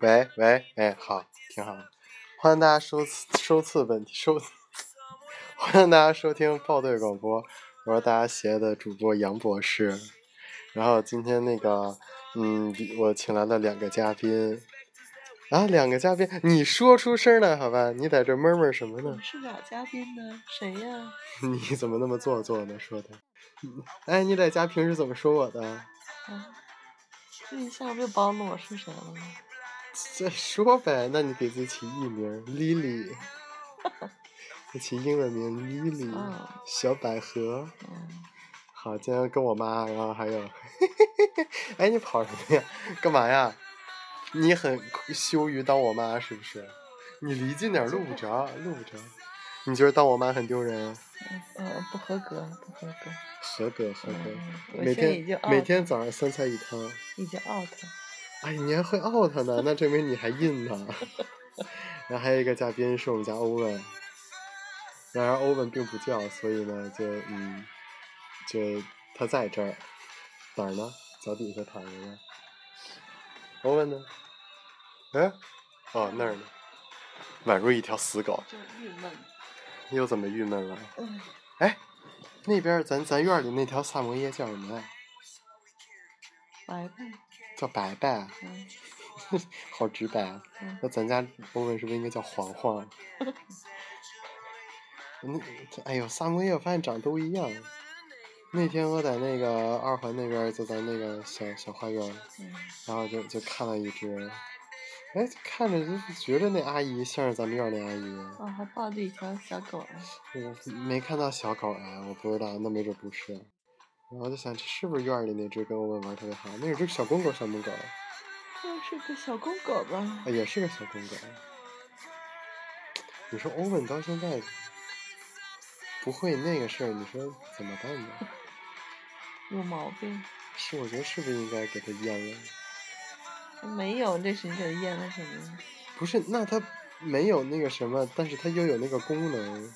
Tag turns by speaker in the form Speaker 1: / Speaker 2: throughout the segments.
Speaker 1: 喂喂，哎，好，挺好的。欢迎大家收收次本收，欢迎大家收听报队广播，我是大家喜爱的主播杨博士。然后今天那个，嗯，我请来了两个嘉宾，啊，两个嘉宾，你说出声来好吧？你在这闷闷什么
Speaker 2: 我
Speaker 1: 呢
Speaker 2: 们？是俩嘉宾呢，谁呀？
Speaker 1: 你怎么那么做作呢？说的，嗯哎，你在家平时怎么说我的？
Speaker 2: 啊，这一下就暴露我是谁了吗？
Speaker 1: 再说呗，那你给自己起艺名 Lily，起英文名 Lily，、
Speaker 2: 哦
Speaker 1: 小百合。
Speaker 2: 嗯，
Speaker 1: 好，今天跟我妈，然后还有， 哎，你跑什么呀？干嘛呀？你很羞于当我妈是不是？你离近点儿，录不着，录不着。你觉得当我妈很丢人？
Speaker 2: 呃，不合格，不合格。
Speaker 1: 合格，合
Speaker 2: 嗯
Speaker 1: 格。，
Speaker 2: 我
Speaker 1: 每
Speaker 2: 现在已经哦
Speaker 1: 天每
Speaker 2: out，
Speaker 1: 天早上三菜一汤。
Speaker 2: 已经 out 了。
Speaker 1: 哎，你还会 out 呢，那证明你还硬呢。 然后还有一个嘉宾是我们家欧文，然而欧文并不叫，所以呢，就嗯，就他在这儿，哪儿呢？脚底下躺着呢。欧文呢？哎，哦那儿呢，宛如一条死狗。
Speaker 2: 就郁闷。
Speaker 1: 又怎么郁闷了？
Speaker 2: 嗯，
Speaker 1: 哎，那边儿咱咱院儿里那条萨摩耶叫什么呀？
Speaker 2: 白呗。
Speaker 1: 叫白啊白，
Speaker 2: 嗯
Speaker 1: 好直白啊。
Speaker 2: 嗯，
Speaker 1: 那咱家欧文是不是应该叫黄黄？啊那哎呦，萨摩耶我发现长得都一样。那天我在那个二环那边儿，就咱那个小小花园儿，
Speaker 2: 嗯，
Speaker 1: 然后就就看到一只，哎，看着就是觉着那阿姨像是咱们院儿那阿姨，
Speaker 2: 哦，还抱着一条小狗呢。
Speaker 1: 我没看到小狗啊，我不知道，那没准不是。然后就想，这是不是院儿里那只跟欧文玩儿特别好？那是只小公狗，小母狗，
Speaker 2: 这是个小公狗吧
Speaker 1: 啊，？也是个小公狗。你说欧文到现在不会那个事儿，你说怎么办呢？
Speaker 2: 有毛病？
Speaker 1: 是，我觉得是不是应该给他阉了？
Speaker 2: 没有，这是你给验了什么呀？
Speaker 1: 不是，那他没有那个什么，但是他又有那个功能，
Speaker 2: 嗯，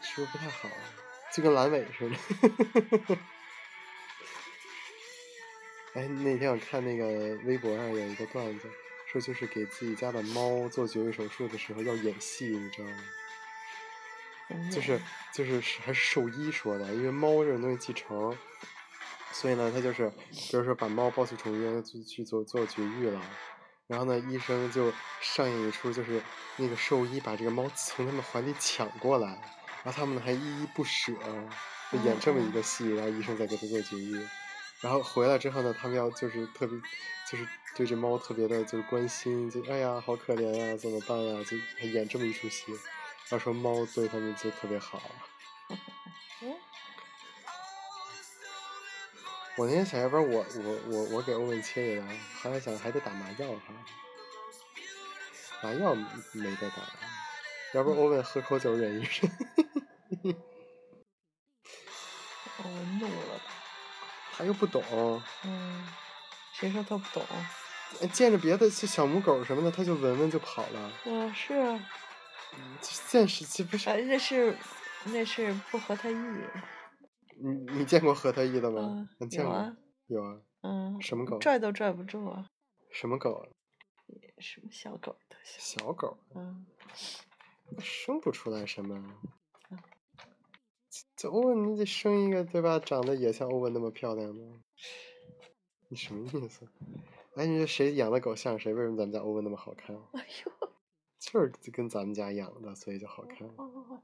Speaker 1: 是不是不太好？啊就跟阑尾似的。 哎，那天我看那个微博上有一个段子，说就是给自己家的猫做绝育手术的时候要演戏，你知道吗？
Speaker 2: 怎么
Speaker 1: 就是
Speaker 2: 演
Speaker 1: 就是是还是兽医说的，因为猫这种东西记仇，所以呢，他就是比如说把猫抱去宠物医院去去做做绝育了，然后呢，医生就上演一出，就是那个兽医把这个猫 从他们怀里抢过来，然后他们呢还依依不舍，就演这么一个戏，然后医生再给它做绝育。然后回来之后呢，他们要就是特别，就是对这猫特别的就是关心，就哎呀好可怜呀、怎么办呀、就还演这么一出戏。他说猫对他们就特别好。
Speaker 2: 嗯，
Speaker 1: 我那天想，要不然我我我我给欧文切一刀，后来想还得打麻药哈，麻药没得打，要不然欧文喝口酒忍一忍。
Speaker 2: 我呃怒了吧？
Speaker 1: 他又不懂，
Speaker 2: 嗯，谁说他不懂？
Speaker 1: 哎见着别的小母狗什么的，他就闻闻就跑了。
Speaker 2: 嗯，是啊。
Speaker 1: 见识这不是
Speaker 2: 哎，那是那是不合他意。
Speaker 1: 你你见过和他意的吗
Speaker 2: 嗯？
Speaker 1: 你，嗯见
Speaker 2: 有
Speaker 1: 过
Speaker 2: 啊，
Speaker 1: 有啊，
Speaker 2: 嗯，
Speaker 1: 什么狗
Speaker 2: 拽都拽不住啊，
Speaker 1: 什么狗？
Speaker 2: 什么小狗都行。
Speaker 1: 小狗
Speaker 2: 嗯，
Speaker 1: 生不出来什么
Speaker 2: 嗯。
Speaker 1: 这欧文，你得生一个对吧？长得也像欧文那么漂亮的，你什么意思？哎，你说谁养的狗像谁？为什么咱们家欧文那么好看？
Speaker 2: 哎呦，
Speaker 1: 就是跟咱们家养的，所以就好看。
Speaker 2: 哦，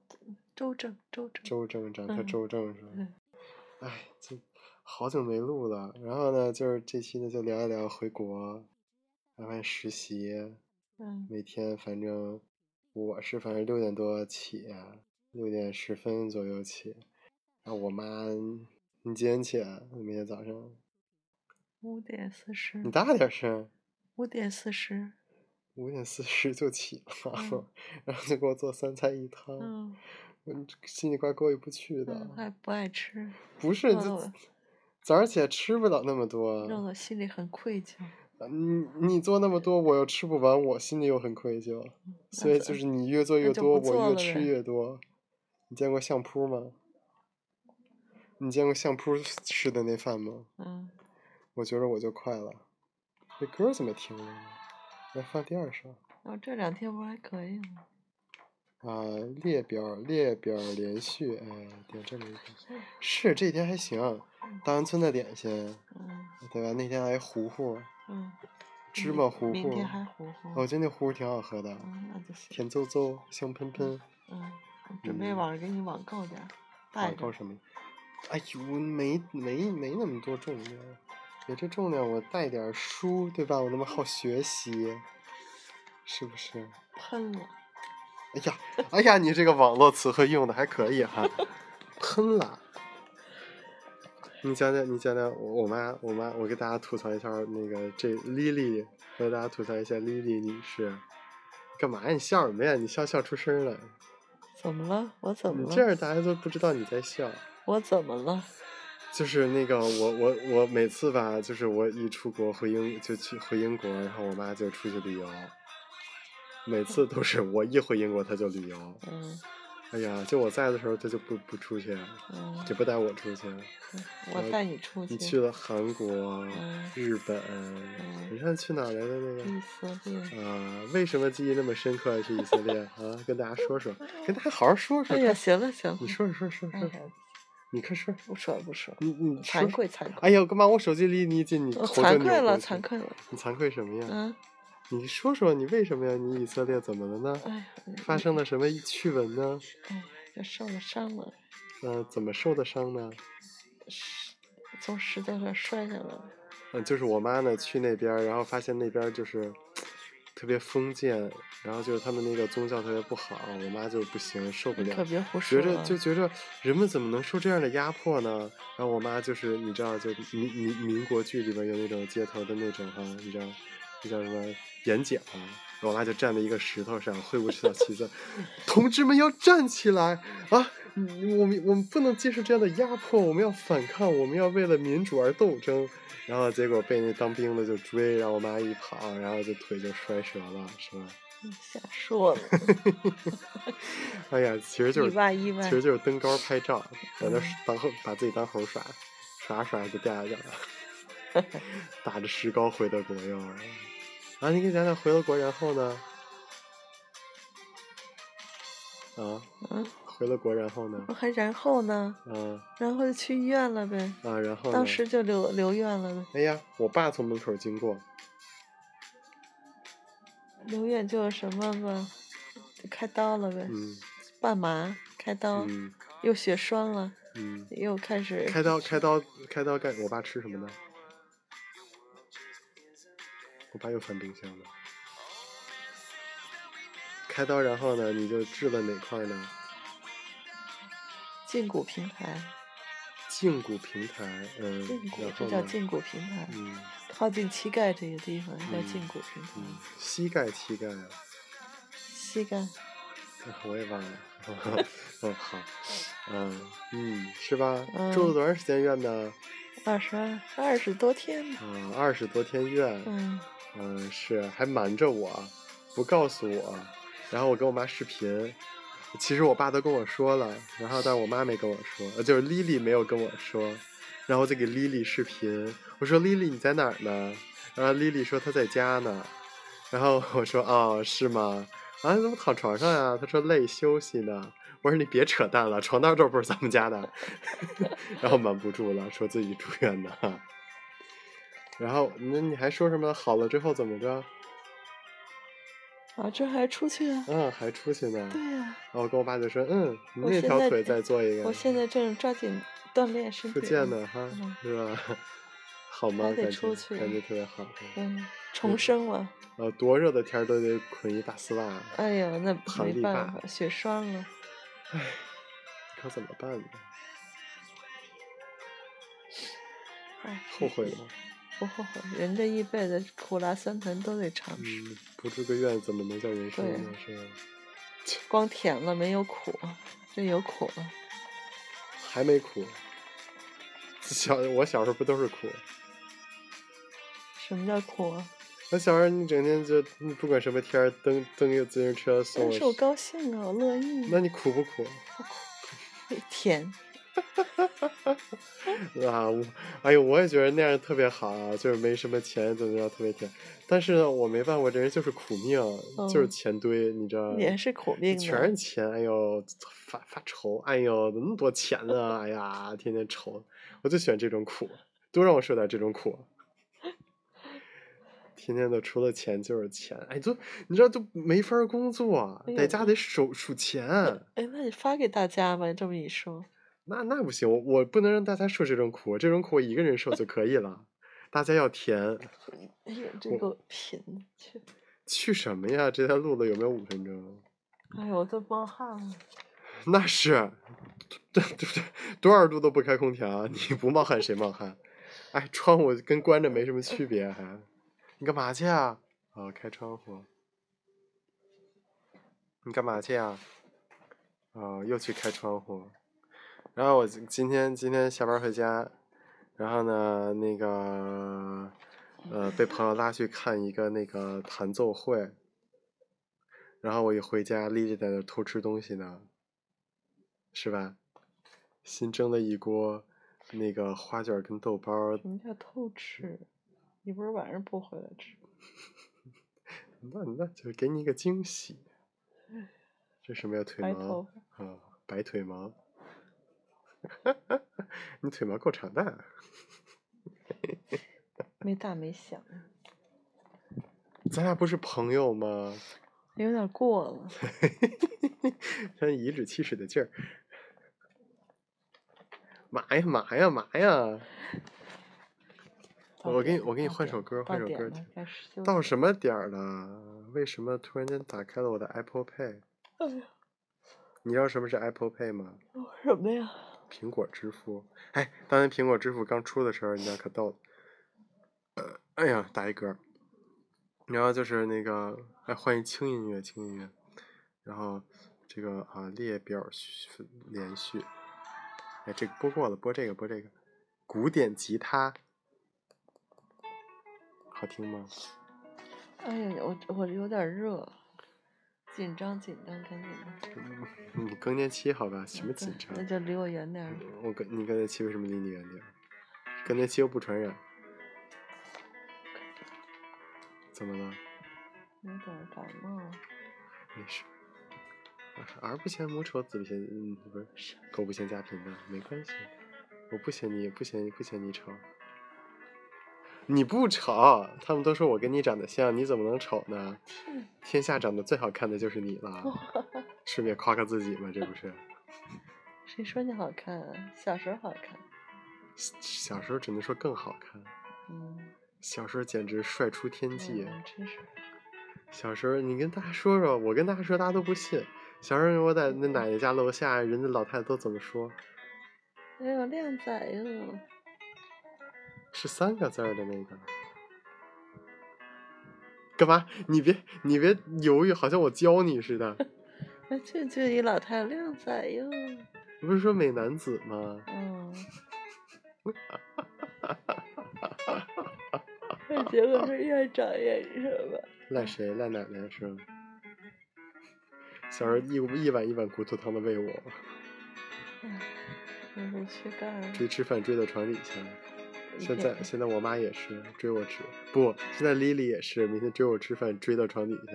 Speaker 2: 周正，周正，
Speaker 1: 周正长他
Speaker 2: 嗯
Speaker 1: 周正是吧？
Speaker 2: 嗯
Speaker 1: 哎，这好久没录了。然后呢，就是这期呢就聊一聊回国，然后实习，
Speaker 2: 嗯
Speaker 1: 每天反正我是反正六点多起，啊六点十分左右起。然后我妈，你几点起啊？每天早上？
Speaker 2: 五点四十
Speaker 1: 你，大点声，
Speaker 2: 五点四十，
Speaker 1: 五点四十就起了，
Speaker 2: 嗯
Speaker 1: 然后就给我做三菜一汤，
Speaker 2: 嗯
Speaker 1: 嗯、心里怪过意不去的。
Speaker 2: 嗯，还不爱吃，
Speaker 1: 不是，
Speaker 2: 饿
Speaker 1: 就
Speaker 2: 了
Speaker 1: 早上起来吃不了那么多。
Speaker 2: 弄得心里很愧疚。
Speaker 1: 呃你你做那么多，我又吃不完，我心里又很愧疚，所以
Speaker 2: 咱
Speaker 1: 就是你越做
Speaker 2: 那
Speaker 1: 越
Speaker 2: 就
Speaker 1: 多，
Speaker 2: 不做
Speaker 1: 我越
Speaker 2: 了
Speaker 1: 吃
Speaker 2: 呗
Speaker 1: 越多。你见过相扑吗？你见过相扑吃的那饭吗？
Speaker 2: 嗯，
Speaker 1: 我觉着我就快了。这歌儿怎么听的？在饭店上
Speaker 2: 然后哦这两天不还可以吗？
Speaker 1: 啊，列表列表连续，哎，点这么一个，是这几天还行，大安村的点心，
Speaker 2: 嗯
Speaker 1: 对吧？那天还糊糊，哦
Speaker 2: 嗯，
Speaker 1: 芝
Speaker 2: 明
Speaker 1: 麻糊
Speaker 2: 明
Speaker 1: 糊
Speaker 2: 天还糊糊。
Speaker 1: 哦，真的糊糊挺好喝的，
Speaker 2: 嗯，那就行。
Speaker 1: 甜邹邹，香喷喷。
Speaker 2: 嗯，我准备
Speaker 1: 嗯
Speaker 2: 网上给你网购点儿，带
Speaker 1: 网
Speaker 2: 着
Speaker 1: 购。什么？哎呦，没没没那么多重量，有这重量我带点儿书，对吧？我那么好学习，是不是？
Speaker 2: 喷了，
Speaker 1: 哎呀，哎呀，你这个网络词汇用的还可以哈，喷了。你讲讲，你讲讲，我我妈，我妈，我给大家吐槽一下儿那个这 Lily，我给大家吐槽一下 Lily 女士，干嘛呀？你笑什么呀？你笑笑出声儿了，
Speaker 2: 怎么了？我怎么
Speaker 1: 你嗯
Speaker 2: 了？
Speaker 1: 这样大家都不知道你在笑。
Speaker 2: 我怎么了？
Speaker 1: 就是那个我我我每次吧，就是我一出国回英就去回英国，然后我妈就出去旅游，每次都是我一回英国她就旅游。
Speaker 2: 嗯
Speaker 1: 哎呀，就我在的时候她就不不出去，
Speaker 2: 嗯，
Speaker 1: 就不带我出去。
Speaker 2: 嗯我带你出
Speaker 1: 你
Speaker 2: 去。
Speaker 1: 去了韩国、
Speaker 2: 嗯
Speaker 1: 日本，
Speaker 2: 嗯
Speaker 1: 你看去哪儿来的那
Speaker 2: 以
Speaker 1: 个？
Speaker 2: 色列。
Speaker 1: 啊，为什么记忆那么深刻？是以色列啊，跟大家说 说，跟大家好好说说。
Speaker 2: 哎呀，行了行了
Speaker 1: 你，说说说
Speaker 2: 哎
Speaker 1: 说
Speaker 2: 呀
Speaker 1: 说，你快说，
Speaker 2: 不说了不说了，
Speaker 1: 你你说
Speaker 2: 惭
Speaker 1: 说。
Speaker 2: 愧惭愧，
Speaker 1: 哎呦，干嘛我手机离你一近，你
Speaker 2: 我
Speaker 1: 头就
Speaker 2: 呃惭
Speaker 1: 扭
Speaker 2: 愧
Speaker 1: 过
Speaker 2: 了
Speaker 1: 去
Speaker 2: 惭愧了。
Speaker 1: 你惭愧什么呀？
Speaker 2: 嗯，
Speaker 1: 你说说你为什么呀？你以色列怎么了呢？
Speaker 2: 哎呀，
Speaker 1: 发生了什么趣闻呢？
Speaker 2: 哎，这受了伤了，
Speaker 1: 呃，怎么受的伤呢？
Speaker 2: 是从石头上摔下来了。
Speaker 1: 嗯、就是我妈呢去那边儿，然后发现那边儿就是特别封建，然后就是他们那个宗教特别不好，我妈就不行，受不
Speaker 2: 你可
Speaker 1: 了。
Speaker 2: 别胡说
Speaker 1: 哎觉
Speaker 2: 了
Speaker 1: 着
Speaker 2: 啊。
Speaker 1: 就觉着人们怎么能受这样的压迫呢？然后我妈就是你知道，就民民民国剧里边有那种街头的那种哈、你知道，那叫什么演讲啊？然后我妈就站在一个石头上，挥舞着小旗子， 同志们要站起来啊！你我们我们不能接受这样的压迫，我们要反抗，我们要为了民主而斗争。然后结果被那当兵的就追，然后我妈一跑，然后就腿就摔折了，是吧？
Speaker 2: 你瞎说了，
Speaker 1: 哎呀，其实就
Speaker 2: 意
Speaker 1: 是
Speaker 2: 外意外
Speaker 1: 其。实就是登高拍照，在那
Speaker 2: 嗯
Speaker 1: 当猴把自己当猴耍，耍着耍着就掉下去了， 打着石膏回的国又。啊，你给讲讲回了国然后呢？啊，
Speaker 2: 嗯，
Speaker 1: 回了国然后呢？
Speaker 2: 还然后呢？
Speaker 1: 啊
Speaker 2: 然后就去医院了呗，
Speaker 1: 啊，然后呢
Speaker 2: 当时就留留院了呗。
Speaker 1: 哎呀，我爸从门口经过，
Speaker 2: 留院就什么吧，开刀了呗，
Speaker 1: 嗯
Speaker 2: 半麻开刀，
Speaker 1: 嗯
Speaker 2: 又血栓了，
Speaker 1: 嗯，
Speaker 2: 又开始
Speaker 1: 开刀开刀开刀干，我爸吃什么呢？我爸又翻冰箱了。开刀，然后呢，你就治了哪块儿呢？
Speaker 2: 胫骨平台，
Speaker 1: 胫骨平台，嗯，
Speaker 2: 胫骨
Speaker 1: 然
Speaker 2: 这
Speaker 1: 后
Speaker 2: 叫
Speaker 1: 呢
Speaker 2: 胫骨平台，
Speaker 1: 嗯
Speaker 2: 靠近膝盖这个地方叫
Speaker 1: 嗯
Speaker 2: 胫骨平台，
Speaker 1: 嗯，膝盖膝盖啊，
Speaker 2: 膝盖
Speaker 1: 我也忘了， 嗯好，嗯嗯是吧？
Speaker 2: 嗯
Speaker 1: 住了多长时间院呢？
Speaker 2: 二十二二十多天吧，
Speaker 1: 啊，二十多天院，
Speaker 2: 嗯，
Speaker 1: 嗯是，还瞒着我，不告诉我，然后我跟我妈视频。其实我爸都跟我说了，然后但我妈没跟我说，呃就是 Lily 没有跟我说，然后我就给 Lily 视频，我说 Lily 你在哪儿呢？然后 Lily 说她在家呢，然后我说哦是吗？啊你怎么躺床上呀、她说累休息呢。我说你别扯淡了，床单都不是咱们家的， 然后瞒不住了，说自己住院呢。 然后那你还说什么好了之后怎么着？
Speaker 2: 啊这还出去啊？
Speaker 1: 嗯，还出去呢。
Speaker 2: 对呀、
Speaker 1: 然后我跟我爸就说，嗯，你
Speaker 2: 我
Speaker 1: 那
Speaker 2: 现
Speaker 1: 条
Speaker 2: 在
Speaker 1: 腿再做一个。
Speaker 2: 我现在正抓紧锻炼身体
Speaker 1: 复
Speaker 2: 呢，
Speaker 1: 健呢，哈
Speaker 2: 嗯，
Speaker 1: 是吧？好吗？
Speaker 2: 还得
Speaker 1: 感
Speaker 2: 出
Speaker 1: 觉
Speaker 2: 去
Speaker 1: 感觉特别好。
Speaker 2: 嗯，重生了。
Speaker 1: 呃，多热的天儿都得捆一大丝袜，
Speaker 2: 哎呀，那
Speaker 1: 行
Speaker 2: 没
Speaker 1: 力
Speaker 2: 办
Speaker 1: 大
Speaker 2: 法，血栓了。
Speaker 1: 可怎么办 呢？
Speaker 2: 哎，
Speaker 1: 后悔吗？
Speaker 2: 不后悔，人这一辈子苦辣酸甜都得尝试，
Speaker 1: 嗯，不住个院怎么能叫人生
Speaker 2: 对
Speaker 1: 呢？是吧？
Speaker 2: 光甜了没有苦，这有苦了。
Speaker 1: 还没苦。 小我小时候不都是苦？
Speaker 2: 什么叫苦啊？
Speaker 1: 我小时候你整天就你不管什么天儿，蹬蹬一个自行车送
Speaker 2: 但是我
Speaker 1: 我。
Speaker 2: 高兴啊，我乐意。
Speaker 1: 那你苦不苦？
Speaker 2: 甜，
Speaker 1: 啊，我哎呦，我也觉得那样特别好啊，就是没什么钱怎么着，特别甜。但是呢，我没办法，我这人就是苦命，就是
Speaker 2: 嗯
Speaker 1: 钱堆，你知道吗？
Speaker 2: 也是苦命的，
Speaker 1: 呃全是钱，哎呦，发发愁，哎呦，怎么那么多钱呢、 哎呀，天天愁，我就喜欢这种苦，都让我受点这种苦。天天的除了钱就是钱，哎，就你知道就没法儿工作
Speaker 2: 哎，呦
Speaker 1: 在家得数数钱，
Speaker 2: 哎，那你发给大家吧，你这么一说，
Speaker 1: 那那不行，我我不能让大家受这种苦，这种苦我一个人受就可以了，大家要甜。
Speaker 2: 哎呦，真
Speaker 1: 我
Speaker 2: 够贫的，去，
Speaker 1: 去什么呀？这条录了有没有五分钟？
Speaker 2: 哎呦，我都冒汗了，
Speaker 1: 那是，这对不对？多少度都不开空调，你不冒汗谁冒汗？哎，窗户跟关着没什么区别，还你干嘛去啊？哦，开窗户。你干嘛去啊？哦，又去开窗户。然后我今今天今天下班回家，然后呢，那个呃被朋友拉去看一个那个弹奏会，然后我一回家，丽丽在那儿偷吃东西呢，是吧？新蒸了一锅那个花卷儿跟豆包儿，
Speaker 2: 什么叫偷吃？你不是晚上不回来吃？
Speaker 1: 那那就是给你一个惊喜。这什么呀？腿
Speaker 2: 白头
Speaker 1: 毛
Speaker 2: 发，
Speaker 1: 啊，白腿毛。 你腿毛够长的啊，
Speaker 2: 没大没小，
Speaker 1: 咱俩不是朋友吗？
Speaker 2: 有点过了。
Speaker 1: 像颐指气使的劲儿。嘛呀嘛呀嘛呀！
Speaker 2: 到
Speaker 1: 我给
Speaker 2: 点
Speaker 1: 你
Speaker 2: 了
Speaker 1: 我给你
Speaker 2: 到
Speaker 1: 换
Speaker 2: 点
Speaker 1: 首歌
Speaker 2: 了
Speaker 1: 换
Speaker 2: 到
Speaker 1: 首
Speaker 2: 点
Speaker 1: 歌
Speaker 2: 了
Speaker 1: 听
Speaker 2: 该休
Speaker 1: 到
Speaker 2: 息
Speaker 1: 什么点儿了？为什么突然间打开了我的 Apple Pay？
Speaker 2: 了哎呀，
Speaker 1: 你知道什么是 Apple Pay 吗？
Speaker 2: 我 什么呀？
Speaker 1: 苹果支付。哎，当年苹果支付刚出的时候，你那可逗了。呃，哎呀，打一嗝。然后就是那个，哎，换一轻音乐，轻音乐。然后这个啊，列表序连续。哎，这个播过了，播这个，播这个。古典吉他，好听吗？
Speaker 2: 哎呀，我我有点热，紧张紧张，赶紧的。
Speaker 1: 你更年期好吧？什么紧张啊
Speaker 2: 那？就离我远点儿。
Speaker 1: 嗯我跟你更年期为什么离你远点儿？更年期又不传染，怎么了？
Speaker 2: 有点儿感冒，
Speaker 1: 没事。儿不嫌母丑，子不嫌嗯不是狗不嫌家贫吧？没关系，我不嫌你不嫌不嫌你丑，你不丑，他们都说我跟你长得像，你怎么能丑呢？天下长得最好看的就是你了，顺便夸夸自己嘛，这不是？
Speaker 2: 谁说你好看啊？小时候好看，
Speaker 1: 小时候只能说更好看，
Speaker 2: 嗯，
Speaker 1: 小时候简直帅出天际。
Speaker 2: 嗯真是
Speaker 1: 小时候，你跟大家说说，我跟大家说，大家都不信。小时候我在那奶奶家楼下，人家老太太都怎么说？
Speaker 2: 哎呦，靓仔哟，
Speaker 1: 是三个字儿的那个。干嘛？你别你别犹豫，好像我教你似的。
Speaker 2: 那就就哎一老太太靓仔哟，
Speaker 1: 不是说美男子吗？
Speaker 2: 嗯。那结果是越长越什么？
Speaker 1: 赖谁？赖奶奶是吗？小时候一一碗一碗骨头汤的喂我，
Speaker 2: 哎，我不去干了。
Speaker 1: 追吃饭追到床底下。
Speaker 2: 一
Speaker 1: 现
Speaker 2: 天
Speaker 1: 在现在我妈也是追我吃，不，现在 Lily 也是每天追我吃饭追到床底下。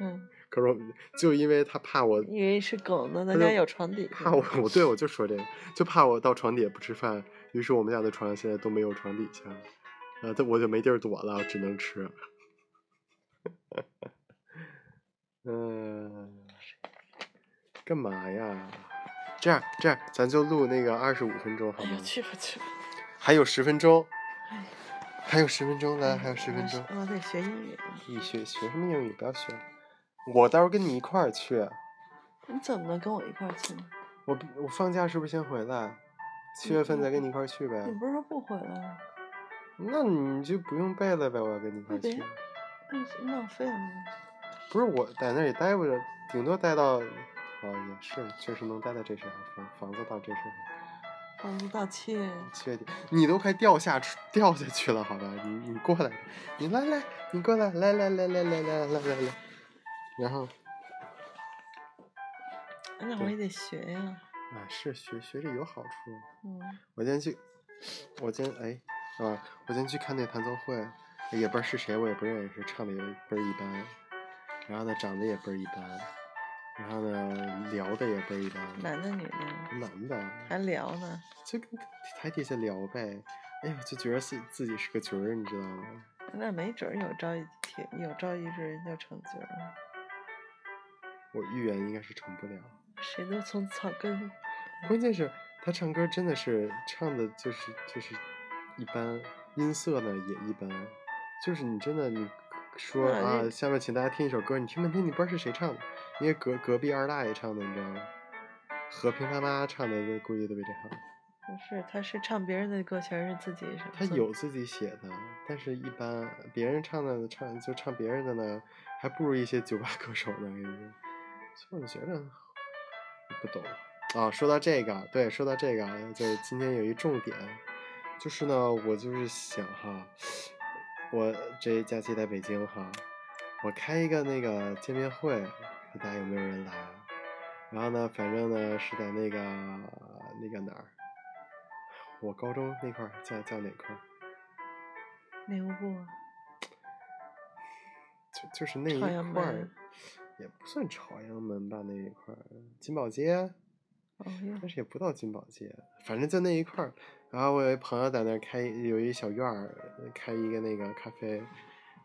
Speaker 2: 嗯，
Speaker 1: 可是我就因为他怕我，
Speaker 2: 以为是梗呢，咱
Speaker 1: 那
Speaker 2: 家
Speaker 1: 就
Speaker 2: 有床底。
Speaker 1: 怕我，我对我就说这个，就怕我到床底下不吃饭，于是我们家的床现在都没有床底下，呃，但我就没地儿躲了，只能吃。 嗯，干嘛呀？这样这样，咱就录那个二十五分钟好
Speaker 2: 哎呀
Speaker 1: 吗，？
Speaker 2: 去吧去吧。
Speaker 1: 还有十分钟
Speaker 2: 哎，
Speaker 1: 还有十分钟，来，还有十分
Speaker 2: 我
Speaker 1: 钟。
Speaker 2: 我啊得学英语了。
Speaker 1: 你学学什么英语？不要学，我到时候跟你一块儿去。
Speaker 2: 你怎么能跟我一块儿去呢？
Speaker 1: 我不我放假是不是先回来？七月份再跟你一块儿去呗
Speaker 2: 你。不是说不回来吗？
Speaker 1: 那你就不用背了呗，我要跟你一块儿
Speaker 2: 别
Speaker 1: 去。
Speaker 2: 那浪费了。
Speaker 1: 不是我在那儿也待不着，顶多待到，哦也是，确实能待到这时候，房房子到这时候，
Speaker 2: 房子到期，
Speaker 1: 七月底你都快掉下去掉下去了，好吧？你你过来，你来来，你过来，来来来来来来来来来，然后
Speaker 2: 那我也得学呀。
Speaker 1: 啊，是学学着有好处。
Speaker 2: 嗯，
Speaker 1: 我今天去，我今天哎啊，我今天去看那弹奏会，也不知道是谁，我也不认识，唱的也倍儿一般，然后呢长得也倍儿一般，然后呢聊的也倍儿一般，
Speaker 2: 男的女的
Speaker 1: 男的
Speaker 2: 还聊呢，
Speaker 1: 就跟台底下聊呗。哎呦，就觉得自自己是个角儿，你知道吗？
Speaker 2: 那没准儿有朝一天有朝一日要成角儿，
Speaker 1: 我预言应该是成不了。
Speaker 2: 谁都从草根。
Speaker 1: 关键是他唱歌真的是唱的就是就是一般，音色呢也一般，就是你真的你说
Speaker 2: 那
Speaker 1: 啊，
Speaker 2: 那
Speaker 1: 下面请大家听一首歌，你听半天你不知道是谁唱的，因为隔隔壁二大爷唱的，你知道吗？和平他妈唱的估计都比这好。
Speaker 2: 不是，他是唱别人的歌全是自己是吧
Speaker 1: 他有自己写的，但是一般别人唱的唱就唱别人的呢，还不如一些酒吧歌手呢。跟你说，所以我觉得不懂啊。说到这个，对，说到这个啊，就是今天有一重点，就是呢，我就是想哈，我这假期在北京哈，我开一个那个见面会，看大家有没有人来。啊然后呢，反正呢是在那个那个哪儿，我高中那块儿叫叫哪块儿？
Speaker 2: 内务部啊，
Speaker 1: 就就是那一
Speaker 2: 朝阳
Speaker 1: 块儿
Speaker 2: 门，
Speaker 1: 也不算朝阳门吧，那一块儿金宝街，
Speaker 2: 哦哟
Speaker 1: 但，是也不到金宝街，反正就那一块儿。然后我有一朋友在那儿开有一小院儿，开一个那个咖啡，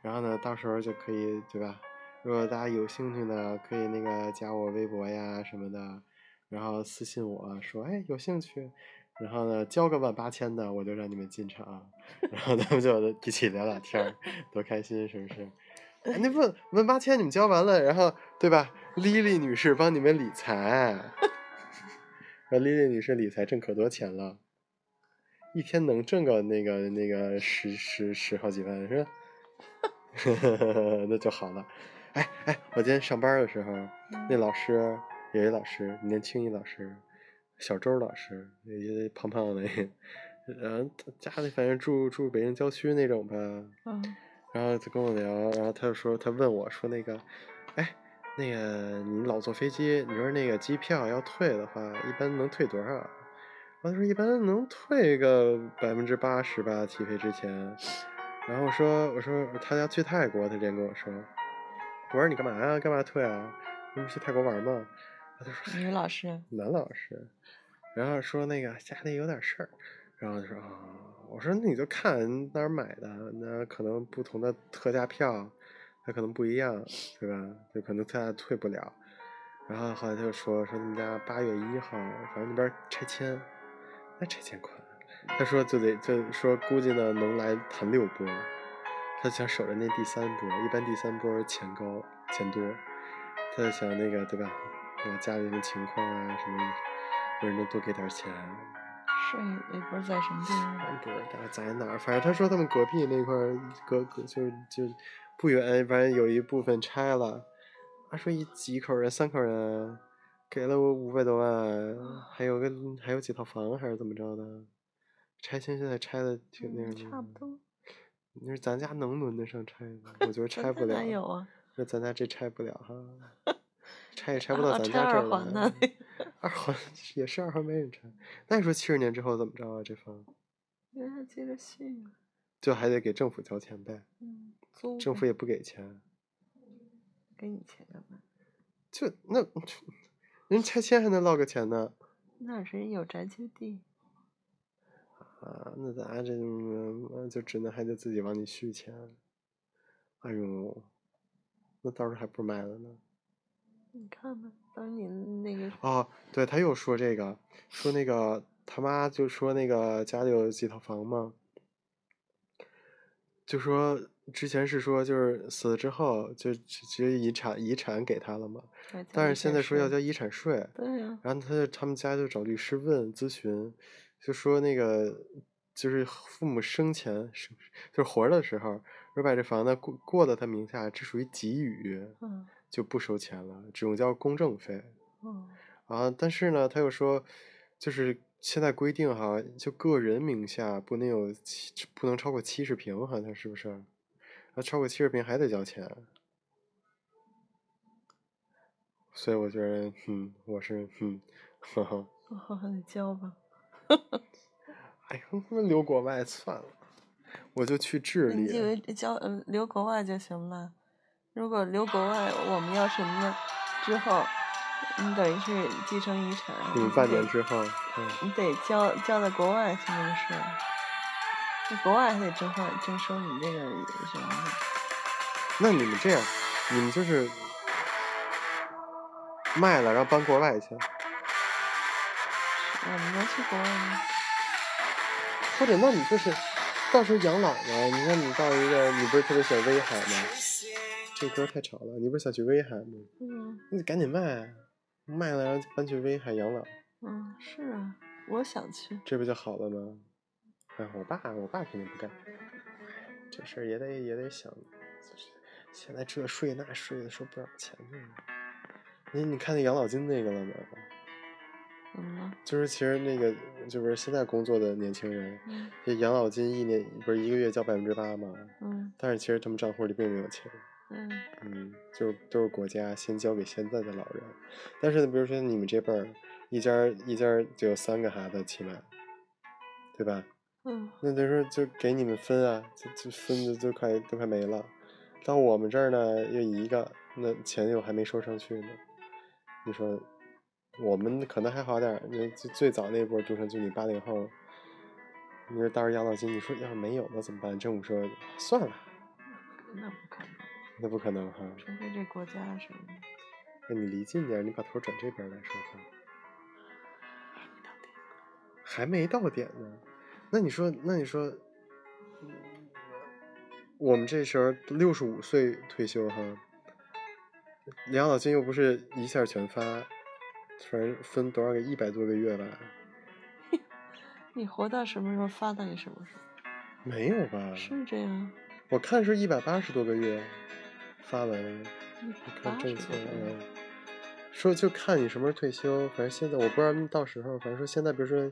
Speaker 1: 然后呢，到时候就可以对吧？如果大家有兴趣呢，可以那个加我微博呀什么的，然后私信我说哎有兴趣，然后呢交个万八千的，我就让你们进场， 然后咱们就一起聊聊天儿，多开心是不是？哎，那问问八千你们交完了，然后对吧？莉莉女士帮你们理财，那莉莉女士理财挣可多钱了，一天能挣个那个那个十十十好几万是吧？ 那就好了。哎哎，我今天上班的时候，那老师有一老师，年轻一老师，小周老师，也胖胖的， 然后他家里反正住住北京郊区那种吧，
Speaker 2: 嗯，
Speaker 1: 然后他跟我聊，然后他就说，他问我说那个，哎，那个你老坐飞机，你说那个机票要退的话，一般能退多少？然后他说一般能退个百分之八十吧，起飞之前。然后我说我说他要去泰国，他之前跟我说，我说你干嘛呀？干嘛退啊？你不是去泰国玩吗？他就说
Speaker 2: 女老师，啊
Speaker 1: 男老师，然后说那个家里有点事儿，然后就说啊、我说那你就看哪儿买的，那可能不同的特价票，它可能不一样，对吧？就可能特价退不了。然后后来他就说说你们家八月一号，反正那边拆迁，那拆迁款，他说就得就说估计呢能来谈六波，他想守着那第三波，一般第三波钱高钱多，他就想那个对吧？我家里的情况啊什么，有人能多给点钱，啊
Speaker 2: 是啊也不是在什么地方，
Speaker 1: 不知道在哪儿，反正他说他们隔壁那块儿隔隔就是就不远，反正有一部分拆了。他说一几口人，三口人，给了我五百多万，还有个还有几套房还是怎么着的？拆迁现在拆的挺那
Speaker 2: 嗯
Speaker 1: 什么，
Speaker 2: 差不多。
Speaker 1: 你说咱家能轮得上拆吗？我觉得
Speaker 2: 咱
Speaker 1: 拆不
Speaker 2: 咱
Speaker 1: 了
Speaker 2: 哪。有啊？
Speaker 1: 那咱家这拆不了哈， 拆也拆不
Speaker 2: 啊
Speaker 1: 到
Speaker 2: 啊
Speaker 1: 咱
Speaker 2: 拆
Speaker 1: 家这
Speaker 2: 二
Speaker 1: 儿嗯来
Speaker 2: 环呢。
Speaker 1: 二环 也是二环没人拆，那你说七十年之后怎么着啊？这房
Speaker 2: 原来接着续啊，
Speaker 1: 就还得给政府交钱呗，
Speaker 2: 嗯，租
Speaker 1: 政
Speaker 2: 呗
Speaker 1: 府也不给钱，
Speaker 2: 给你钱干嘛？
Speaker 1: 就那人拆迁还能落个钱呢
Speaker 2: 那人有宅基地，
Speaker 1: 啊？那咱这嗯就只能还得自己往里续钱，哎呦，那到时候还不如卖了呢。
Speaker 2: 你看吧，当你那个
Speaker 1: 哦，对，他又说这个，说那个他妈就说那个家里有几套房嘛，就说之前是说就是死了之后就直直接遗产遗产给他了嘛，
Speaker 2: 宅基
Speaker 1: 但
Speaker 2: 地
Speaker 1: 是现
Speaker 2: 才
Speaker 1: 在说要
Speaker 2: 是
Speaker 1: 交遗产税，
Speaker 2: 对呀、
Speaker 1: 然后他就他们家就找律师问咨询，就说那个就是父母生前是就是活着的时候，说把这房子过过到他名下，这属于给予，
Speaker 2: 嗯
Speaker 1: 就不收钱了，只用交公证费。
Speaker 2: 嗯，
Speaker 1: 啊，但是呢，他又说，就是现在规定哈，就个人名下不能有七，不能超过七十平，好像是不是？那超过七十平还得交钱。所以我觉得，嗯，我是嗯，呵呵，
Speaker 2: 我哦好好的教吧。
Speaker 1: 哎呀，他妈留国外算了，我就去智啊
Speaker 2: 你以为
Speaker 1: 利。
Speaker 2: 教呃留国外就行了？如果留国外，我们要什么呢？之后，你等于是继承遗产，
Speaker 1: 你嗯半年之后，嗯，
Speaker 2: 你得交交在国外才能是，那国外还得征换征收你那个什么呢？
Speaker 1: 那你们这样，你们就是卖了，然后搬国外去，
Speaker 2: 我们能去国外吗？
Speaker 1: 或者那你就是到时候养老了。你看你到一个，你不是特别喜欢威海吗？这歌太吵了，你不是想去威海吗？
Speaker 2: 嗯
Speaker 1: 那你赶紧卖啊，卖了然后搬去威海养老，
Speaker 2: 嗯，是啊，我想去。
Speaker 1: 这不就好了吗？哎，我爸，我爸肯定不干，这事儿也得也得想。现在这税那税的收不少钱呢。你你看那养老金那个了吗？
Speaker 2: 怎么了？
Speaker 1: 就是其实那个就是现在工作的年轻人，
Speaker 2: 嗯
Speaker 1: 这养老金一年不是一个月交百分之八吗？
Speaker 2: 嗯
Speaker 1: 但是其实他们账户里并没有钱，
Speaker 2: 嗯
Speaker 1: 嗯，就都是国家先交给现在的老人。但是呢，比如说你们这辈儿，一家儿一家儿就有三个孩子起码，对吧？
Speaker 2: 嗯，
Speaker 1: 那等于说就给你们分啊，就就分的都快都快没了。到我们这儿呢，又一个，那钱又还没收上去呢。你说，我们可能还好点儿，那最最早那波独生子女八零后，你说到时候养老金，你说要是没有了怎么办？政府说算了，
Speaker 2: 那不可能，
Speaker 1: 那不可能哈，
Speaker 2: 除非这国家什么的。
Speaker 1: 那你离近点儿，你把头转这边儿来说话。还没到点呢。那你说，那你说，嗯我们这时候六十五岁退休哈，养老金又不是一下全发，反正分多少个一百多个月吧？
Speaker 2: 你活到什么时候发到你什么时候？
Speaker 1: 没有吧？
Speaker 2: 是这样，啊
Speaker 1: 我看是一百八十多个月发完，
Speaker 2: 你
Speaker 1: 你看
Speaker 2: 八十
Speaker 1: 政策
Speaker 2: 多
Speaker 1: 嗯
Speaker 2: 了，，
Speaker 1: 说就看你什么时候退休，反正现在我不知道到时候，反正说现在比如说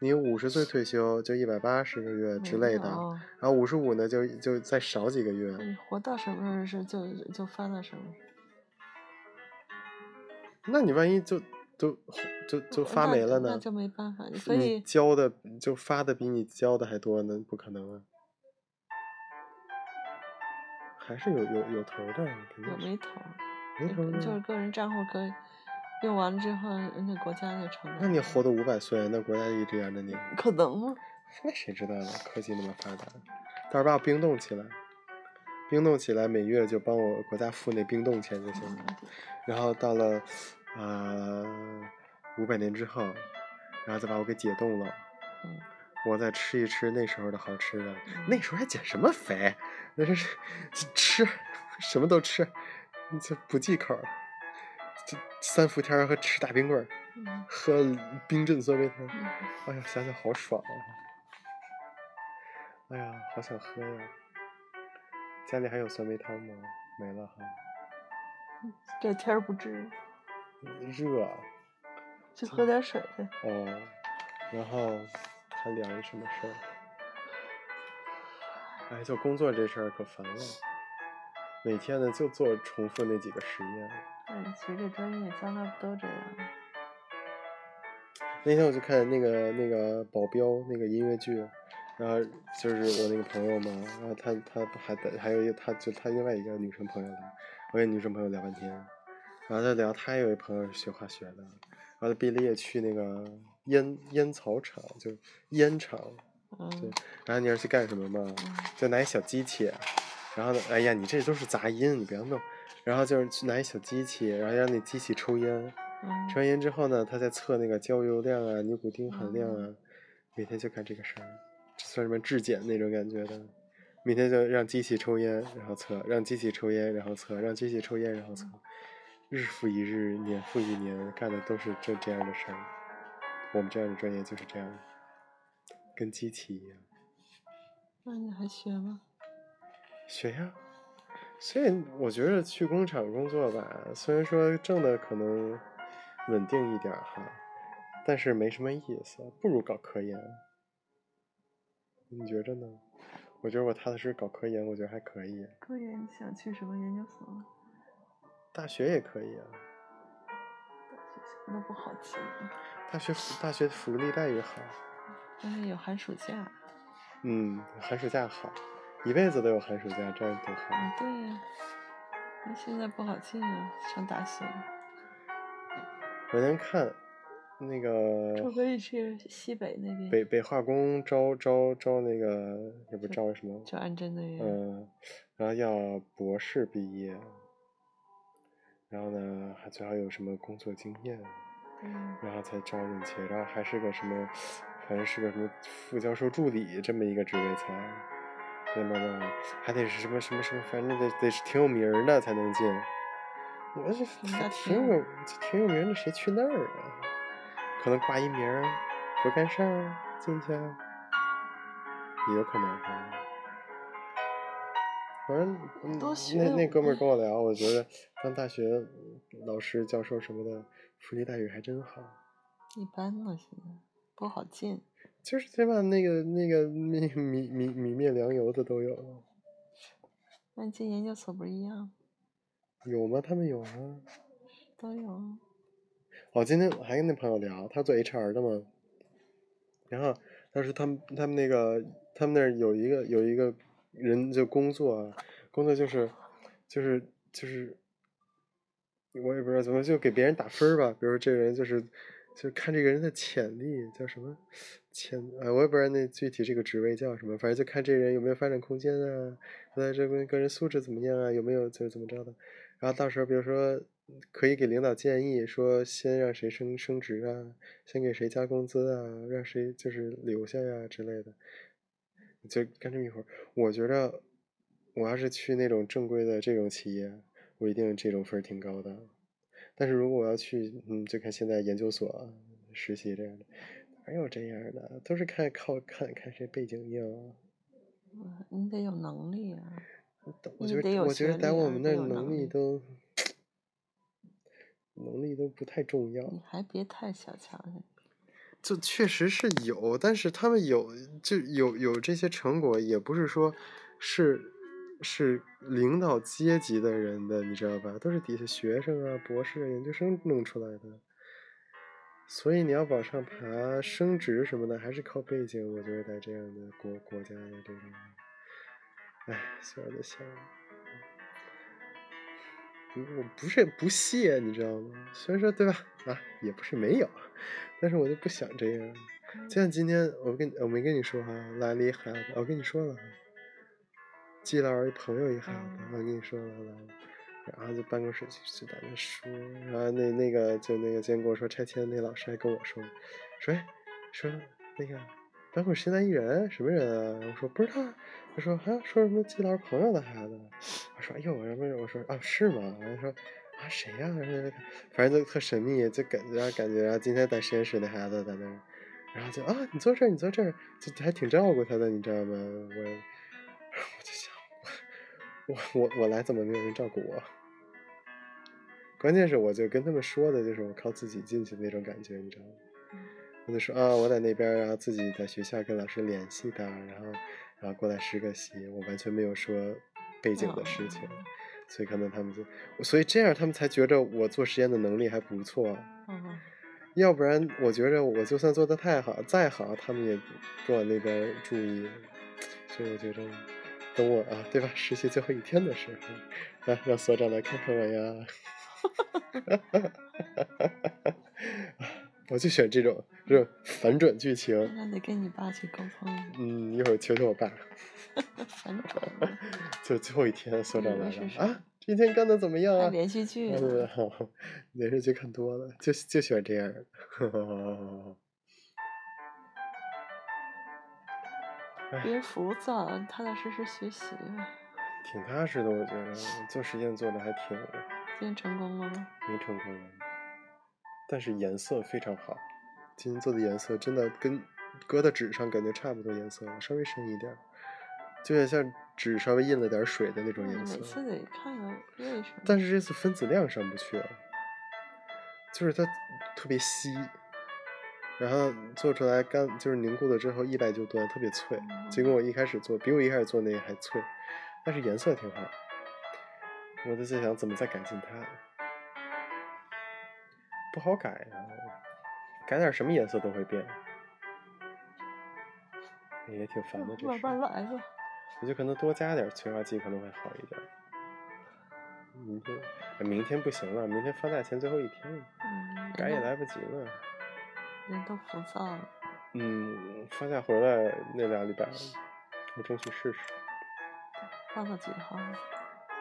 Speaker 1: 你五十岁退休就一百八十个月之
Speaker 2: 没
Speaker 1: 类的。
Speaker 2: 有嗯
Speaker 1: 然后五十五呢，就就再少几个月。
Speaker 2: 啊你活到什么时候是就就发到什么时候，
Speaker 1: 那你万一就都就就发
Speaker 2: 嗯那
Speaker 1: 霉了
Speaker 2: 那
Speaker 1: 呢？
Speaker 2: 就没办法，所
Speaker 1: 你
Speaker 2: 以
Speaker 1: 交的就发的比你交的还多呢，不可能啊！还是有有有头儿的，肯
Speaker 2: 有
Speaker 1: 定是
Speaker 2: 没头儿，
Speaker 1: 嗯没头儿嗯
Speaker 2: 就是
Speaker 1: 呢。
Speaker 2: 个人账户可以用完了之后，人家国家就承
Speaker 1: 那
Speaker 2: 担。
Speaker 1: 你活到五百岁，那国家一直养着你，
Speaker 2: 可能吗？
Speaker 1: 那谁知道呢？科技那么发达，到时候把我冰冻起来，冰冻起来，每月就帮我国家付那冰冻钱就行了。然后到了啊五百年之后，然后再把我给解冻了，
Speaker 2: 嗯
Speaker 1: 我再吃一吃那时候的好吃的。
Speaker 2: 嗯
Speaker 1: 那时候还减什么肥？那是吃什么都吃，就不忌口儿。这三伏天儿和吃大冰棍儿，
Speaker 2: 嗯
Speaker 1: 喝冰镇酸梅汤，
Speaker 2: 嗯
Speaker 1: 哎呀，想想好爽啊！哎呀，好想喝呀！家里还有酸梅汤吗？没了哈，
Speaker 2: 这天儿不至于，
Speaker 1: 热啊。
Speaker 2: 就
Speaker 1: 嗯
Speaker 2: 喝点水去。
Speaker 1: 哦，然后还聊一什么事儿？哎，就工作这事儿可烦了，每天呢就做重复那几个实验。
Speaker 2: 那你学这专业将来不都这样吗？
Speaker 1: 那天我就看那个那个保镖那个音乐剧，然后就是我那个朋友嘛，然后他他还带还有一个他就他另外一个女生朋友来，我跟女生朋友聊半天，然后他聊他有一朋友是学化学的，然后他毕了业去那个烟烟草厂，就是烟厂，
Speaker 2: 嗯
Speaker 1: 然后你知道去干什么吗？就拿一小机器，然后呢，哎呀，你这都是杂音，你不要弄。然后就是去拿一小机器，然后让那机器抽烟，
Speaker 2: 嗯
Speaker 1: 抽完烟之后呢，他再测那个焦油量啊、尼古丁含量啊，每天就干这个事儿，这算什么质检那种感觉的。每天就让机器抽烟，然后测；让机器抽烟，然后测；让机器抽烟，然后测。日复一日，年复一年，干的都是这这样的事儿。我们这样的专业就是这样的，跟机器一样。
Speaker 2: 那你还学吗？
Speaker 1: 学呀。所以我觉得去工厂工作吧，虽然说挣的可能稳定一点儿哈，但是没什么意思，不如搞科研。你觉着呢？我觉得我踏踏实实搞科研，我觉得还可以。
Speaker 2: 科研你想去什么研究所？
Speaker 1: 大学也可以啊，
Speaker 2: 那不好记。
Speaker 1: 大学福大学福利待遇好，
Speaker 2: 但是有寒暑假。啊
Speaker 1: 嗯，寒暑假好，一辈子都有寒暑假，这样多好。
Speaker 2: 嗯，对呀、那现在不好进啊，上大学。
Speaker 1: 我那天看那
Speaker 2: 除
Speaker 1: 个
Speaker 2: 非是西北那边，
Speaker 1: 北北化工招招招那个也不
Speaker 2: 就
Speaker 1: 招什么，
Speaker 2: 就按真的人。
Speaker 1: 嗯，然后要博士毕业，然后呢还最好有什么工作经验，
Speaker 2: 嗯
Speaker 1: 然后才招进去，然后还是个什么，反正是个什么副教授助理这么一个职位才，那慢慢还得是什么什么什么，反正得得是挺有名儿的才能进。我这还
Speaker 2: 那
Speaker 1: 挺
Speaker 2: 挺
Speaker 1: 有名挺有名儿的，谁去那儿啊？可能挂一名儿不干事儿进去啊，也有可能啊。反正嗯
Speaker 2: 多学
Speaker 1: 那那
Speaker 2: 点
Speaker 1: 哥们儿跟我聊，我觉得当大学老师、教授什么的，福利待遇还真好。
Speaker 2: 一般呢，现在不好进。
Speaker 1: 就是起码那个那个那个米米米面粮油的都有，
Speaker 2: 那你进研究所不是一样？
Speaker 1: 有吗？他们有吗？
Speaker 2: 都有。
Speaker 1: 哦，今天我还跟那朋友聊，他做 HR 的嘛，然后他说他们他们那个他们那儿有一个有一个人就工作啊，工作就是就是就是，我也不知道怎么就给别人打分儿吧，比如说这个人就是就看这个人的潜力叫什么潜，呃，我也不知道那具体这个职位叫什么，反正就看这人有没有发展空间啊，他的这个个人素质怎么样啊，有没有就是怎么着的。然后到时候比如说可以给领导建议，说先让谁升升职啊，先给谁加工资啊，让谁就是留下呀、之类的，就干这么一会儿。我觉着我要是去那种正规的这种企业，我一定这种分儿挺高的。但是如果我要去，嗯，就看现在研究所啊、实习这样的，哪有这样的？都是看靠看看谁背景硬啊。
Speaker 2: 嗯你得有能力啊。
Speaker 1: 我
Speaker 2: 你
Speaker 1: 觉
Speaker 2: 得
Speaker 1: 得，
Speaker 2: 有
Speaker 1: 我觉得
Speaker 2: 学
Speaker 1: 在
Speaker 2: 历
Speaker 1: 我
Speaker 2: 而
Speaker 1: 们
Speaker 2: 不
Speaker 1: 那儿
Speaker 2: 有
Speaker 1: 能
Speaker 2: 能
Speaker 1: 力
Speaker 2: 力
Speaker 1: 都，能力都不太重要。
Speaker 2: 你还别太小瞧人。
Speaker 1: 就确实是有，但是他们有就有有这些成果，也不是说是是领导阶级的人的，你知道吧？都是底下学生啊、博士啊、研究生弄出来的。所以你要往上爬、升职什么的，还是靠背景。我觉得在这样的国国家的这种，哎，算了就算了。不，我不是不屑，你知道吗？虽然说对吧，啊，也不是没有，但是我就不想这样。就像今天我跟我没跟你说哈、来了一孩子，我跟你说了哈，季老师一朋友一孩子，我跟你说了来了，然后就办公室就就在那说，然后那那个就那个今天跟我说拆迁那老师还跟我说，说哎说那个班会现在一人什么人啊？我说不知道啊。他说啊，说什么季老师朋友的孩子？我说哎呦，我什么？我说啊是吗？然后说啊谁呀、然后就反正就特神秘，就感觉感觉，然后啊今天在实验室那孩子在那儿，然后就啊你坐这儿，你坐这儿，就还挺照顾他的，你知道吗？我 我就想我我我来怎么没有人照顾我？关键是我就跟他们说的就是我靠自己进去的那种感觉，你知道吗？我就说啊，我在那边儿，然后自己在学校跟老师联系的，然后然后过来实个习，我完全没有说背景的事情，所以可能他们就，所以这样他们才觉着我做实验的能力还不错，
Speaker 2: 嗯，
Speaker 1: 要不然我觉着我就算做的太好再好，他们也不往那边儿注意，所以我觉着。等我啊，对吧？实习最后一天的时候，啊，让所长来看看我呀！ 我就选这种这种反转剧情，
Speaker 2: 那得跟你爸去沟通。
Speaker 1: 嗯，一会儿求求我爸，
Speaker 2: 反转 了，
Speaker 1: 就最后一天所长
Speaker 2: 嗯
Speaker 1: 来
Speaker 2: 是
Speaker 1: 了
Speaker 2: 是
Speaker 1: 啊，这一天干的怎么样
Speaker 2: 还
Speaker 1: 啊？
Speaker 2: 连续剧呢。
Speaker 1: 嗯，好，连续剧看多了，就就喜欢这样儿。
Speaker 2: 别浮躁，踏踏实实学习吧。
Speaker 1: 挺踏实的，我觉得做实验做的还挺
Speaker 2: 今天成功了吗？
Speaker 1: 没成功，但是颜色非常好。今天做的颜色真的跟搁到纸上感觉差不多颜色了，稍微深一点儿，就有点像纸稍微印了点儿水的那种
Speaker 2: 嗯
Speaker 1: 颜色。
Speaker 2: 每次得看看为什么。
Speaker 1: 但是这次分子量上不去啊，就是它特别稀，然后做出来干就是凝固了之后一百就端，特别脆，就跟我一开始做比我一开始做那个还脆，但是颜色挺好。我就在想怎么再改进它，不好改啊，改点什么颜色都会变，也挺烦的这
Speaker 2: 慢
Speaker 1: 事
Speaker 2: 慢
Speaker 1: 儿。
Speaker 2: 来吧。
Speaker 1: 我觉得可能多加点催化剂可能会好一点。明天，呃明天不行了，明天放假前最后一天，
Speaker 2: 嗯，
Speaker 1: 改也
Speaker 2: 人
Speaker 1: 来不及了。
Speaker 2: 都人都浮躁了。
Speaker 1: 嗯，放假回来那俩礼拜，我争取试试。
Speaker 2: 放到几号？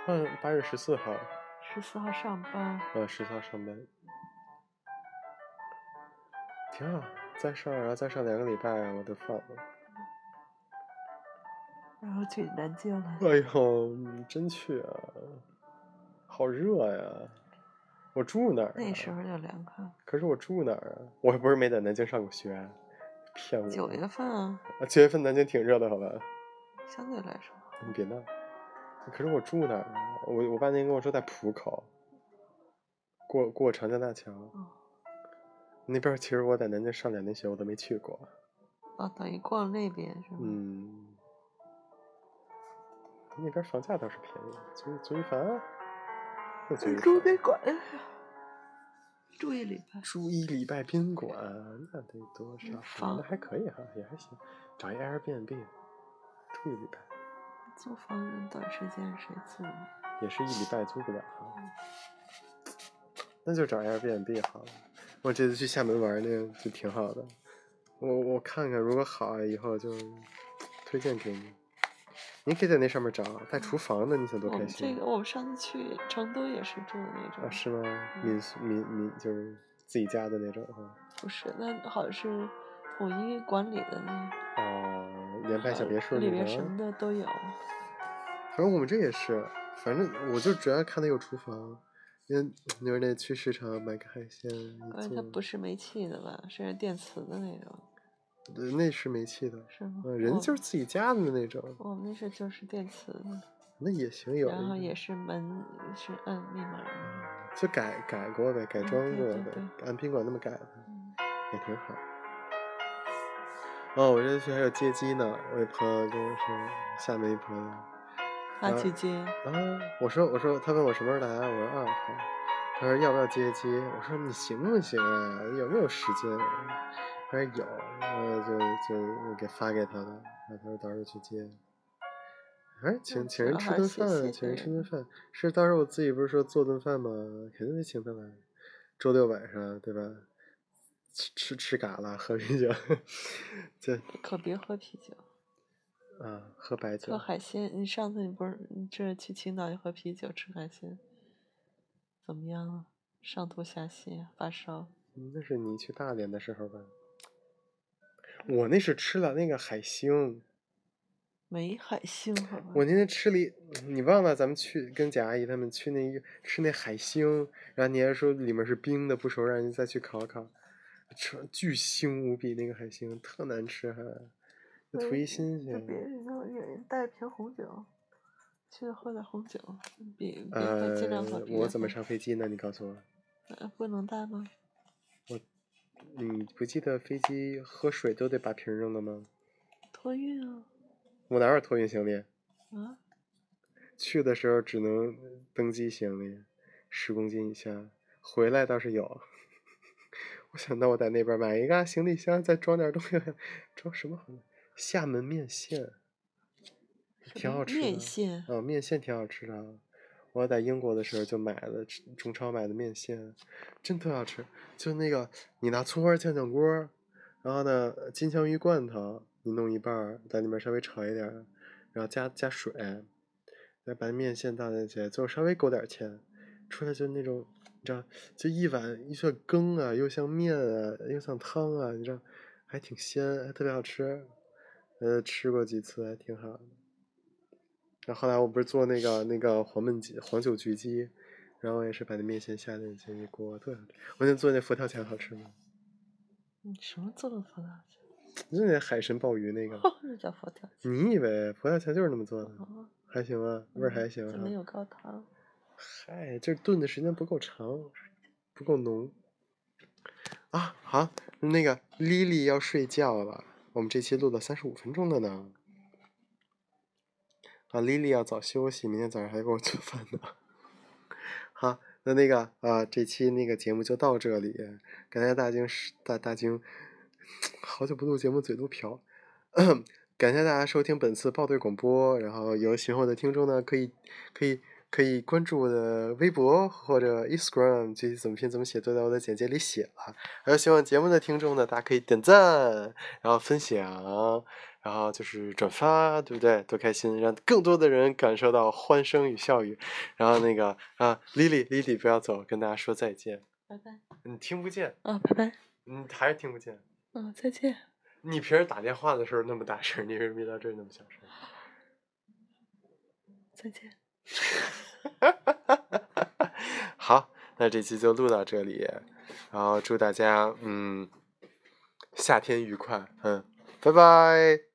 Speaker 1: 放八月十四号，
Speaker 2: 十四号上班。
Speaker 1: 呃，十四号上班，挺好。再上，然后再上两个礼拜，我就放了。
Speaker 2: 然后去南京了。
Speaker 1: 哎呦，你真去啊！好热呀！我住哪儿、啊？
Speaker 2: 那时候就凉快。
Speaker 1: 可是我住哪儿啊？我不是没在南京上过学、啊，骗我！
Speaker 2: 九月份啊，
Speaker 1: 啊，九月份南京挺热的，好吧？
Speaker 2: 相对来说，
Speaker 1: 你别闹。可是我住哪儿啊？我我爸那天跟我说在浦口，过过长江大桥。
Speaker 2: 哦
Speaker 1: 那边儿其实我在南京上两年学，我都没去过。
Speaker 2: 哦，等于逛那边是吗？
Speaker 1: 嗯，那边房价倒是便宜，租租一房，又租一
Speaker 2: 住
Speaker 1: 房
Speaker 2: 宾馆，住一礼拜。
Speaker 1: 住一礼拜宾馆，那得多少
Speaker 2: 嗯
Speaker 1: 钱？
Speaker 2: 房
Speaker 1: 那还可以哈、也还行，找一 Airbnb 住一礼拜，
Speaker 2: 租房短时间谁住啊？
Speaker 1: 也是一礼拜租不了哈、
Speaker 2: 嗯
Speaker 1: 那就找 Airbnb 好了。我这次去厦门玩儿呢，就挺好的。我我看看，如果好啊，以后就推荐给你。你可以在那上面找
Speaker 2: 嗯
Speaker 1: 带厨房的，你想多
Speaker 2: 我
Speaker 1: 开
Speaker 2: 们
Speaker 1: 心
Speaker 2: 这
Speaker 1: 啊！
Speaker 2: 个，我们上次去成都也是住的那种，
Speaker 1: 啊，是吗？
Speaker 2: 嗯
Speaker 1: 民宿、民民就是自己家的那种啊。
Speaker 2: 不是？那好像是统一管理的那
Speaker 1: 哦，联排小
Speaker 2: 呃
Speaker 1: 别墅
Speaker 2: 里
Speaker 1: 那
Speaker 2: 面什
Speaker 1: 种
Speaker 2: 么。的都有。
Speaker 1: 反正我们这也是，反正我就只要看它有厨房，因为你说那去市场买个海鲜，
Speaker 2: 关
Speaker 1: 一
Speaker 2: 嗯键它不
Speaker 1: 做，
Speaker 2: 是煤气的吧？是电磁的那种，
Speaker 1: 呃那是没气的。
Speaker 2: 是吗？哦
Speaker 1: 嗯，人
Speaker 2: 我
Speaker 1: 就是自己家的那种，
Speaker 2: 我们那是就是电磁的，
Speaker 1: 那也行有一个。
Speaker 2: 哦
Speaker 1: 嗯
Speaker 2: 然后也是门是按密码的。
Speaker 1: 就改改过呗，改
Speaker 2: 嗯
Speaker 1: 装
Speaker 2: 对
Speaker 1: 过
Speaker 2: 对
Speaker 1: 呗
Speaker 2: 对，
Speaker 1: 按宾馆那么改的，
Speaker 2: 嗯
Speaker 1: 也挺好。哦，我这次还有接机呢，我一朋友跟我说，厦门一朋友，
Speaker 2: 他
Speaker 1: 啊
Speaker 2: 去接，
Speaker 1: 啊，我说我说他问我什么时候来，啊我说二号，他说要不要接机，我说你行不行啊，有没有时间啊？他说有，我就就给发给他了，然后他说到时候去接。哎，请请人
Speaker 2: 那
Speaker 1: 吃
Speaker 2: 还
Speaker 1: 顿
Speaker 2: 是嗯谢
Speaker 1: 饭，啊
Speaker 2: 谢
Speaker 1: 请人吃
Speaker 2: 人
Speaker 1: 顿饭，是到时候我自己不是说做顿饭吗？肯定得请他来，周六晚上对吧？吃吃吃嘎啦，喝啤酒， 这
Speaker 2: 可别喝啤酒，
Speaker 1: 啊，喝白酒
Speaker 2: 喝，海鲜。你上次你不是你这去青岛也喝啤酒吃海鲜，怎么样了？上吐下泻，发烧。
Speaker 1: 嗯那是你去大连的时候吧？我那是吃了那个海星，
Speaker 2: 没海星好吧？
Speaker 1: 我那天吃了一，你忘了咱们去跟贾阿姨他们去那一吃那海星，然后你还说里面是冰的，不熟，让人再去烤烤，吃巨腥无比那个海星，特难吃还，就图一新
Speaker 2: 就别
Speaker 1: 鲜。
Speaker 2: 人就有人带瓶红酒，去喝点红酒，比比
Speaker 1: 呃
Speaker 2: 尽量喝。，
Speaker 1: 我怎么？上飞机呢？你告诉我，
Speaker 2: 呃，不能带吗？
Speaker 1: 你不记得飞机喝水都得把瓶扔了吗？
Speaker 2: 托运啊
Speaker 1: 我哪有托运行李？
Speaker 2: 啊！
Speaker 1: 去的时候只能登机行李十公斤以下，回来倒是有。 我想到我在那边买一个行李箱，再装点东西， 装什么好呢？厦门面线
Speaker 2: 什
Speaker 1: 挺
Speaker 2: 么
Speaker 1: 好吃的
Speaker 2: 面线，
Speaker 1: 啊、面线挺好吃的啊。我在英国的时候就买了吃中超买的面线，真特好吃。就那个你拿葱花酱酱锅，然后呢金枪鱼罐头你弄一半儿，在里面稍微炒一点儿，然后加加水，再把面线倒进去，最后稍微勾点儿芡，出来就那种你知道，就一碗又像羹啊，又像面啊，又像汤啊，你知道，还挺鲜，还特别好吃。呃，吃过几次还挺好的。然后后来我不是做那个那个黄焖鸡、黄酒焗鸡，然后我也是把那面线下进去一锅，特别好吃。我那做那佛跳墙好吃吗？
Speaker 2: 你什么做的佛跳墙？，
Speaker 1: 就那海参鲍鱼那个
Speaker 2: 那叫佛跳墙。
Speaker 1: 你以为佛跳墙就是那么做的？
Speaker 2: 哦
Speaker 1: 还行啊，味儿还
Speaker 2: 嗯
Speaker 1: 行
Speaker 2: 就没
Speaker 1: 啊。
Speaker 2: 有高汤。
Speaker 1: 嗨，这炖的时间不够长，不够浓。啊，好，那个 Lily 要睡觉了，我们这期录了三十五分钟了呢。啊，Lily 要早休息，明天早上还给我做饭呢。好，那那个啊，这期那个节目就到这里，感谢大京是大大京，好久不录节目，嘴都瓢。 感谢大家收听本次报队广播，然后有喜欢我的听众呢，可以可以可以关注我的微博或者 Instagram，具体怎么拼怎么写都在我的简介里写了。还有喜欢节目的听众呢，大家可以点赞，然后分享。然后就是转发，对不对？多开心，让更多的人感受到欢声与笑语。然后那个啊，Lily，Lily 不要走，跟大家说再见。
Speaker 2: 拜拜。
Speaker 1: 你听不见，
Speaker 2: 啊、拜拜。
Speaker 1: 你还是听不见。
Speaker 2: 嗯、再见。
Speaker 1: 你平时打电话的时候那么大声，你为什么到这儿那么小声？
Speaker 2: 再见。
Speaker 1: 好，那这期就录到这里，然后祝大家嗯夏天愉快，嗯，拜拜。